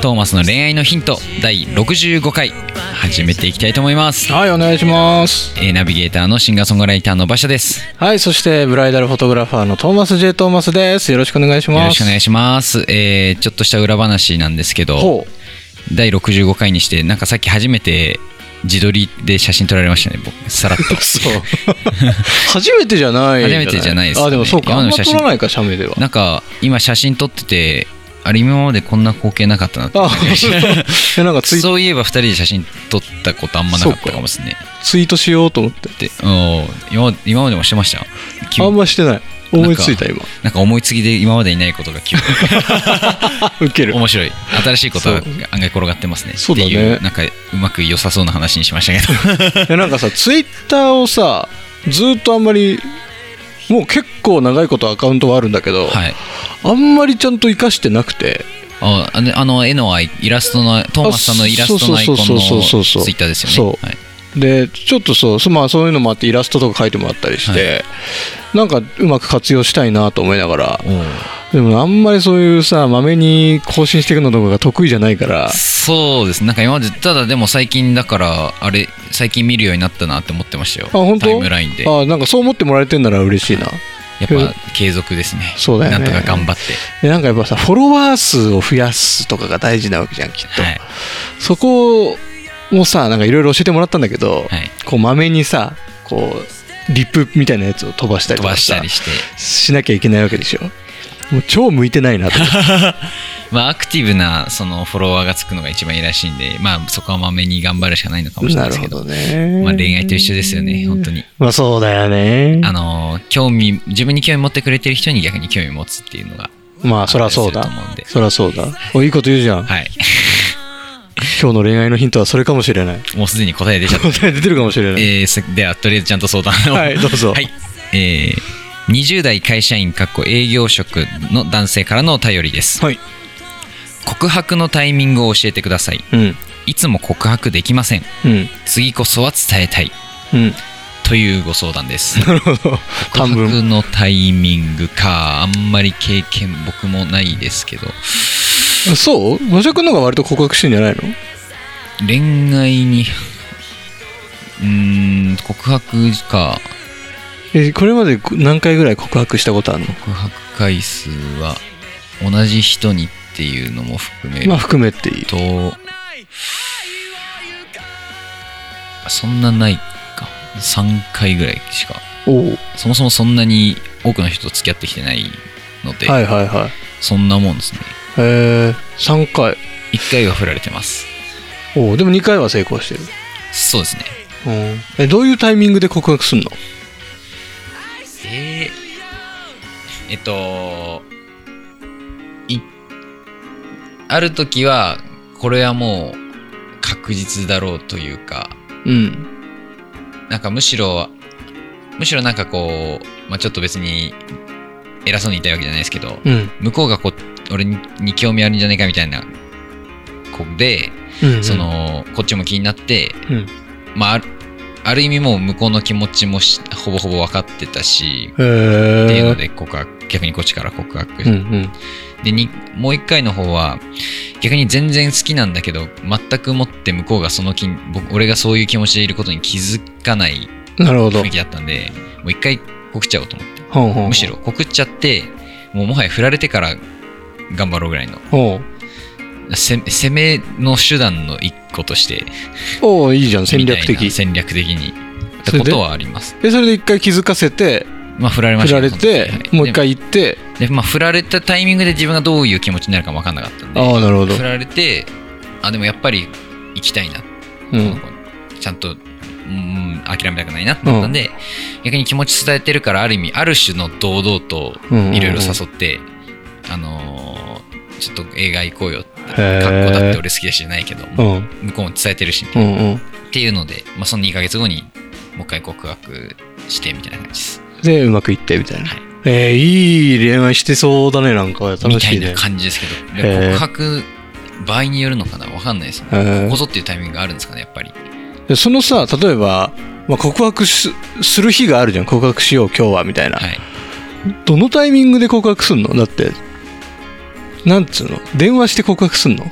トーマスの恋愛のヒント第65回始めていきたいと思います、はいお願いしますえーナビゲーターのシンガーソングライターの馬車ですはいそしてブライダルフォトグラファーのトーマス J トーマスですよろしくお願いしますよろしくお願いしします、えーちょっとした裏話なんですけどほう第65回にしてなんかさっき初めて自撮りで写真撮られましたね僕さらっと そう 初めてじゃない初めてじゃないですよねあでもそうかあ今んのま写撮真らないか写メではなんか今写真撮っててあれ今までこんな光景なかったなってあ いやなんかツイそういえば2人で写真撮ったことあんまなかったかもしれないツイートしようと思ってでお今ま今までもしてました急あんましてない思いついた今なんか思いつきで今までいないことが急にウケる 面白い新しいことは案外転がってますねそうだねっていうなんかうまく良さそうな話にしました けどいやなんかさツイッターをさずーっとあんまりもう結構長いことアカウントはあるんだけど、はいあんまりちゃんと活かしてなくてああのあの絵のアイイラストのトーマスさんのイラストのアイコンのツイそうそうそうそうそうッターですよねそうはいでちょっとそうそ,、まあ、そういうのもあってイラストとか書いてもらったりして、なんかうまく活用したいなと思いながらでもあんまりそういうさまめに更新していくのとかが得意じゃないからそうですなんか今までただでも最近だからあれ最近見るようになったなって思ってましたよあ本当タイムラインでやあなんかそう思ってもらえてんなら嬉しいなっぱ継続ですねそうだよねなんとか頑張ってでなんかやっぱさフォロワー数を増やすとかが大事なわけじゃんきっと、はいそこもさなんかいろいろ教えてもらったんだけど、はいこうまめにさこうリップみたいなやつを飛ばしたり飛とかばしさたりしてしなきゃいけないわけでしょもう超向いてないなと思ってまあ、アクティブなそのフォロワーがつくのが一番いいらしいんで、まあ、そこはまめに頑張るしかないのかもしれなないでるすけほどどねまあ、恋愛と一緒ですよね本当にまあそうだよねあのー興味自分に興味持ってくれてる人に逆に興味持つっていうのがまあそらそうだあったりすると思うんでそらそうだおいいこと言うじゃんはい 今日の恋愛のヒントはそれかもしれないもうすでに答え 出ちゃった、答え出てるかもしれないえーすではとりあえずちゃんと相談 をはいどうぞはいえー20代会社員かっこ営業職の男性からのお便りですはい告白のタイミングを教えてくださいうんいつも告白できませんうん次こそは伝えたいうんというご相談ですなるほど 半告分白のタイミングかあんまり経験僕もないですけどそう野く君の方が割と告白してんじゃないの恋愛にうーん告白かえこれまで何回ぐらい告白したことあるの告白回数は同じ人にっていうのも含めるまあ含めていいと、そんなないか3回ぐらいしかおおそもそもそんなに多くの人と付き合ってきてないので、はいはいはいそんなもんですねえー、3回1回は振られてますおおでも2回は成功してるそうですねうんえどういうタイミングで告白すんのえー、えっといある時はこれはもう確実だろうというかうんなんかむしろむしろなんかこう、まあ、ちょっと別に偉そうに言いたいわけじゃないですけどうん向こうがこう俺にに興味あるんじゃないかみたいな子で、うんそのこっちも気になって、うんまああるある意味もう向こうの気持ちもしほぼほぼ分かってたしへえっていうので告白逆にこっちから告白、うんうんでにもう一回の方は逆に全然好きなんだけど全くもって向こうがその気に僕俺がそういう気持ちでいることに気づかないなるほど雰囲気だったんでもう一回告っちゃおうと思ってほんほんむしろ告っちゃってもうもはや振られてから頑張ろうぐらいのほうせ攻めの手段の一個としておおいいじゃん戦略みたい的な戦略的にっそてれでことはありますえそれで一回気づかせてまあ振られまし振たらねれてその時はいもう一回行ってでまあ、振られたタイミングで自分がどういう気持ちになるかも分かんなかったんでああなるほど振られてあでもやっぱり行きたいな、うこのん子にちゃんと、うん、諦めたくないなってなったんで、逆に気持ち伝えてるからある意味ある種の堂々とうんいろいろ誘って、あのーちょっと映画行こうよってへー格好だって俺好きだしじゃないけど、うん向こうも伝えてるし、うんうんっていうので、まあ、その2ヶ月後にもう一回告白してみたいな感じです。でうまくいってみたいな、はいえーいい恋愛してそうだねなんか楽みたしいいねな感じですけど、へでー告白場合によるのかなわかんないですね。へーここぞっていうタイミングがあるんですかねやっぱり。でそのさ例えば、まあ、告白すする日があるじゃん告白しよう今日はみたいな、はい。どのタイミングで告白すんのだってなんつうの電話して告白すんの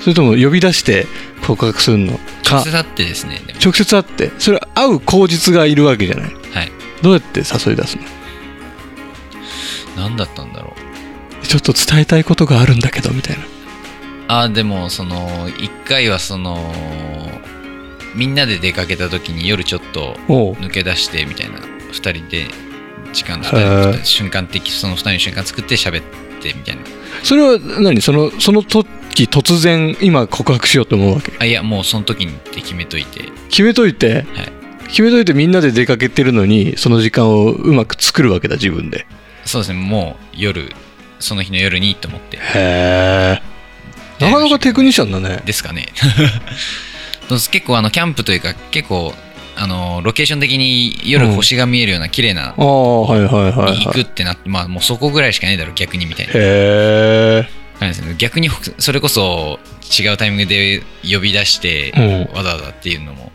それとも呼び出して告白するの直か接会ってですね。でも直接会ってそれは会う口実がいるわけじゃないはい。どうやって誘い出すの何だったんだろう。ちょっと伝えたいことがあるんだけどみたいなあーでもその一回はそのみんなで出かけた時に夜ちょっとおう抜け出してみたいな2人で時間へー2人二人瞬間的その2人の瞬間作って喋ってみたいなそれは何そのその時突然今告白しようと思うわけあいやもうその時にって決めといて決めといて、はい決めといてみんなで出かけてるのにその時間をうまく作るわけだ自分でそうですねもう夜その日の夜にと思ってへえなかなかテクニシャンだねですかね そうです結構あのキャンプというか結構あのロケーション的に夜星が見えるような綺麗なああはいはいはい、はい、に行くってなってまあもうそこぐらいしかねえだろ逆にみたいなへ感じですね逆にほそれこそ違うタイミングで呼び出して、え、わざわざっていうのも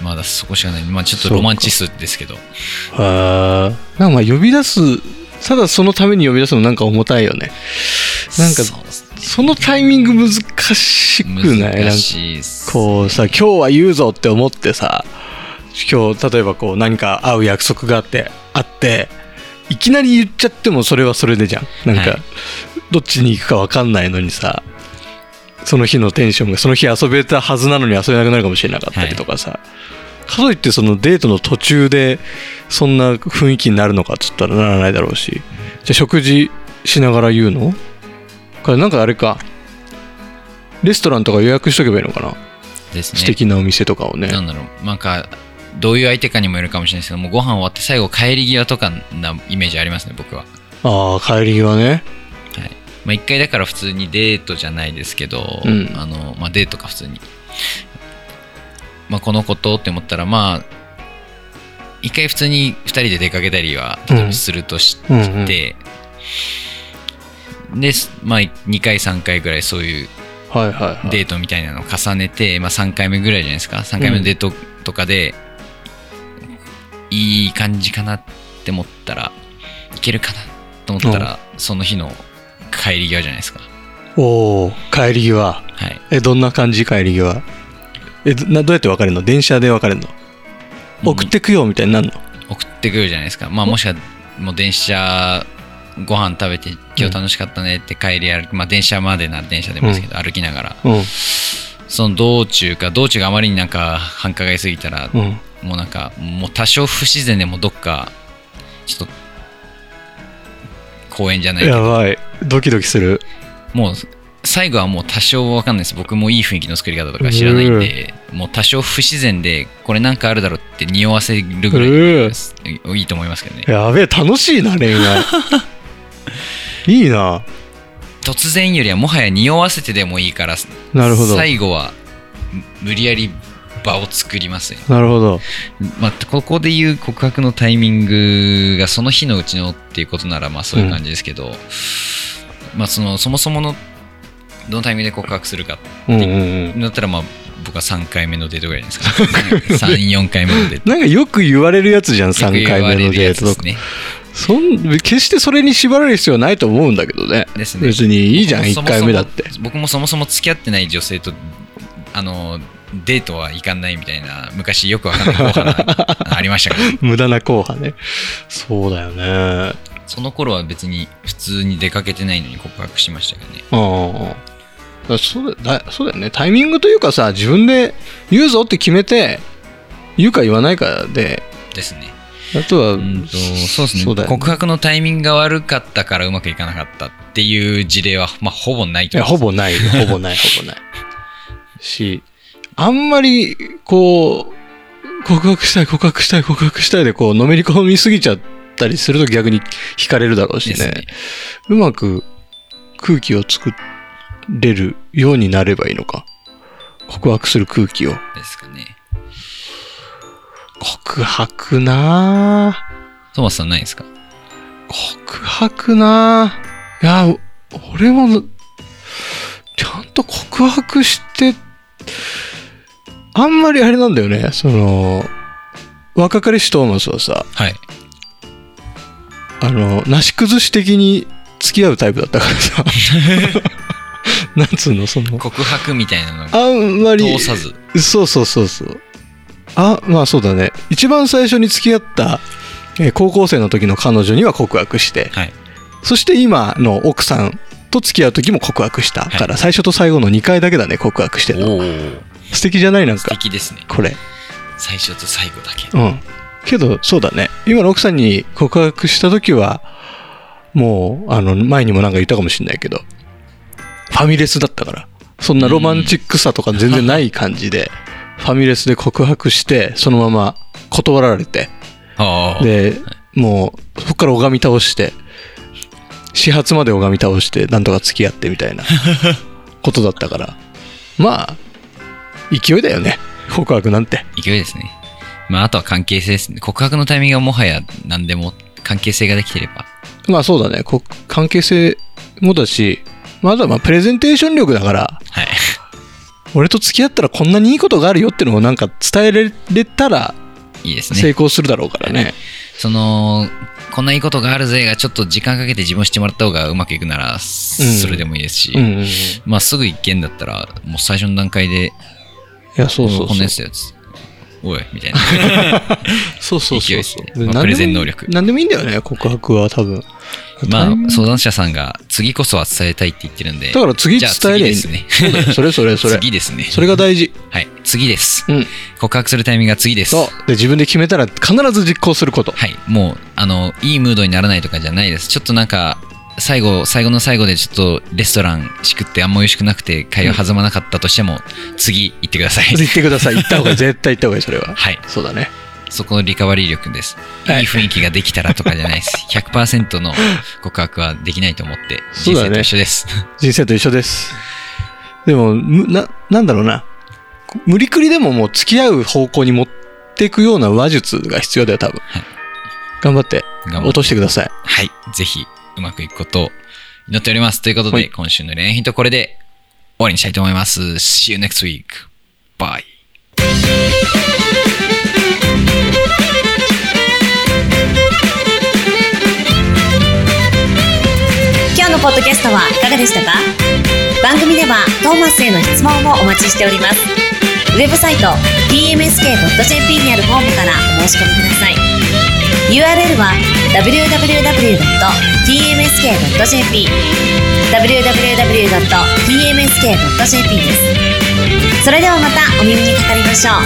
まだそこしかない、まあ、ちょっとロマンチストですけどあーなんかまあ呼び出すただそのために呼び出すのなんか重たいよねなんかそうですねそのタイミング難しくない難なんかしいっすこうさ今日は言うぞって思ってさ今日例えばこう何か会う約束があってあっていきなり言っちゃってもそれはそれでじゃんなんか、はいどっちに行くか分かんないのにさその日のテンションがその日遊べたはずなのに遊べなくなるかもしれなかったりとかさ、かといってそのデートの途中でそんな雰囲気になるのかっつったらならないだろうしじゃあ食事しながら言うのこれなんかあれかレストランとか予約しとけばいいのかな、ですね素敵なお店とかをねなんだろうなんかどういう相手かにもよるかもしれないですけどもうご飯終わって最後帰り際とかなイメージありますね僕はああ帰り際ねまあ、一回だから普通にデートじゃないですけど、うんあのまあ、デートか普通に、まあ、この子とって思ったらまあ一回普通に2人で出かけたりはうん例えばするとしうんうんて、で、まあ、2回3回ぐらいそういうはいはいはいデートみたいなのを重ねて、まあ、3回目ぐらいじゃないですか3回目のデートとかで、いい感じかなって思ったらいけるかなと思ったら、その日の帰り際じゃないですかおお帰り際はいえどんな感じ帰り際えどなどうやって別れるの電車で別れるの送ってくよみたいになるの、送ってくるじゃないですかまあもしかもう電車ご飯食べて今日楽しかったねって帰り歩き、まあ電車までな電車でもですけど、歩きながらうんその道中か道中があまりになんか繁華街すぎたら、うんもうなんかもう多少不自然でもどっかちょっと公園じゃないけやどばいドキドキするもう最後はもう多少わかんないです僕もいい雰囲気の作り方とか知らないんで、もう多少不自然でこれなんかあるだろうって匂わせるぐらいですいいと思いますけどねやべえ楽しいな恋 愛いいな突然よりはもはや匂わせてでもいいからなるほど最後はむ無理やり場を作りますね、なるほどまあ、ここで言う告白のタイミングがその日のうちのっていうことならまあそういう感じですけど、まあ、そのそもそものどのタイミングで告白するかうんうんうんだったらまあ僕は3回目のデートぐらいじゃない ですか34回目のデートなんかよく言われるやつじゃん3よく言回わ目れのるデやーつトでとすか、ねそん決してそれに縛られる必要はないと思うんだけどねですね別にいいじゃん1そもそも回目だって僕もそもそも付き合ってない女性とあのデートは行かないみたいな昔よくわかんない後輩がありましたから無駄な後輩ねそうだよねその頃は別に普通に出かけてないのに告白しましたけどねああそうだだそうだよねタイミングというかさ自分で言うぞって決めて言うか言わないかでですねあとはうんとそうですねだよ告白のタイミングが悪かったからうまくいかなかったっていう事例は、まあ、ほぼないいとや、思いほまぼす ない、ほぼない、ほぼない。し、あんまり、こう、告白したい、告白したい、告白したいで、こう、のめり込みすぎちゃったりすると逆に惹かれるだろうしですね。ねうまく空気を作れるようになればいいのか。告白する空気を。ですかね告告白なぁトーマスさんないですか告白なぁいやお俺もちゃんと告白してあんまりあれなんだよねその若かりしトーマスはさはい。あのなし崩し的に付き合うタイプだったからさなんつうのその告白みたいなのがあんまり通さず。そうそうそうそうあまあそうだね一番最初に付き合った、えー高校生の時の彼女には告白してはい。そして今の奥さんと付き合う時も告白したから、最初と最後の2回だけだね告白してるのおー素敵じゃないなん素か敵ですね。これ最初と最後だけ。うんけどそうだね今の奥さんに告白した時はもうあの前にもなんか言ったかもしれないけどファミレスだったからそんなロマンチックさとか全然ない感じで、ファミレスで告白してそのまま断られてああ。でもうそこから拝み倒して始発まで拝み倒してなんとか付き合ってみたいなことだったからまあ勢いだよね告白なんて勢いですね。まあ、あとは関係性ですね。告白のタイミングはもはや何でも関係性ができてれば。まあそうだねこ関係性もだしまだまあプレゼンテーション力だからはい。俺と付き合ったらこんなにいいことがあるよってのをなんか伝えられたらいいです成ね。功するだろうからねその、こんないいことがあるぜがちょっと時間かけて自分してもらった方がうまくいくなら、それでもいいですし、うんうんうんいまあすぐ一見だったら、もう最初の段階で、やそうそうこんそうなやつだよつ。おい、みたいな。そうそう勢いそうですそうねまあプレゼン能力何でもいいんだよね告白は多分まタイミンあ、グ相談者さんが次こそは伝えたいって言ってるんで、だから次じ伝ゃあえ次りゃいでいすね。そうだよそれ それそれ 次ですね。それが大事はい、次です。うん告白するタイミングが次です。そうで自分で決めたら必ず実行することはい、もう、あの、いいムードにならないとかじゃないです。ちょっとなんか、最後、最後の最後でちょっとレストランしくってあんま美味しくなくて会話弾まなかったとしても、次行ってください。言ってください言った方がいい絶対言った方がいいそれははい、そうだねそこのリカバリー力です。はいいい雰囲気ができたらとかじゃないです。100%の 告白はできないと思って、そう人だね生と一緒です。 人生と一緒ですでもむななんだろうな無理くりでももう付き合う方向に持っていくような話術が必要だよ多分、はい頑張って頑張って落としてくださいはい。ぜひ、うまくいくことを祈っております。ということで、はい今週の恋愛ヒントこれで終わりにしたいと思います。See you next week. Bye. 今日のポッドキャストはいかがでしたか番組ではトーマスへの質問もお待ちしておりますウェブサイト tmsk.jp にあるフォームからお申し込みください URL は www.tmsk.jp www.tmsk.jp ですそれではまたお耳にかかりましょう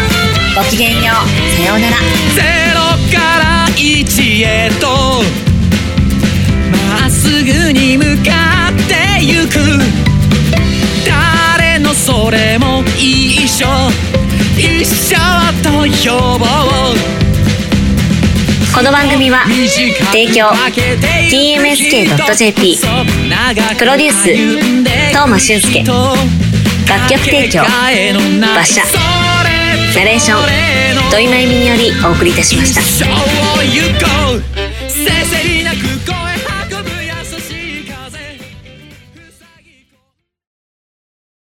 ごきげんようさようならゼロから一へとまっすぐに向かってゆく誰のそれも一緒一緒と呼ぼうこの番組は提供 TMSK.jp プロデュース東間俊介楽曲提供馬車ナレーション土井真由美によりお送りいたしました一生を行こうせせ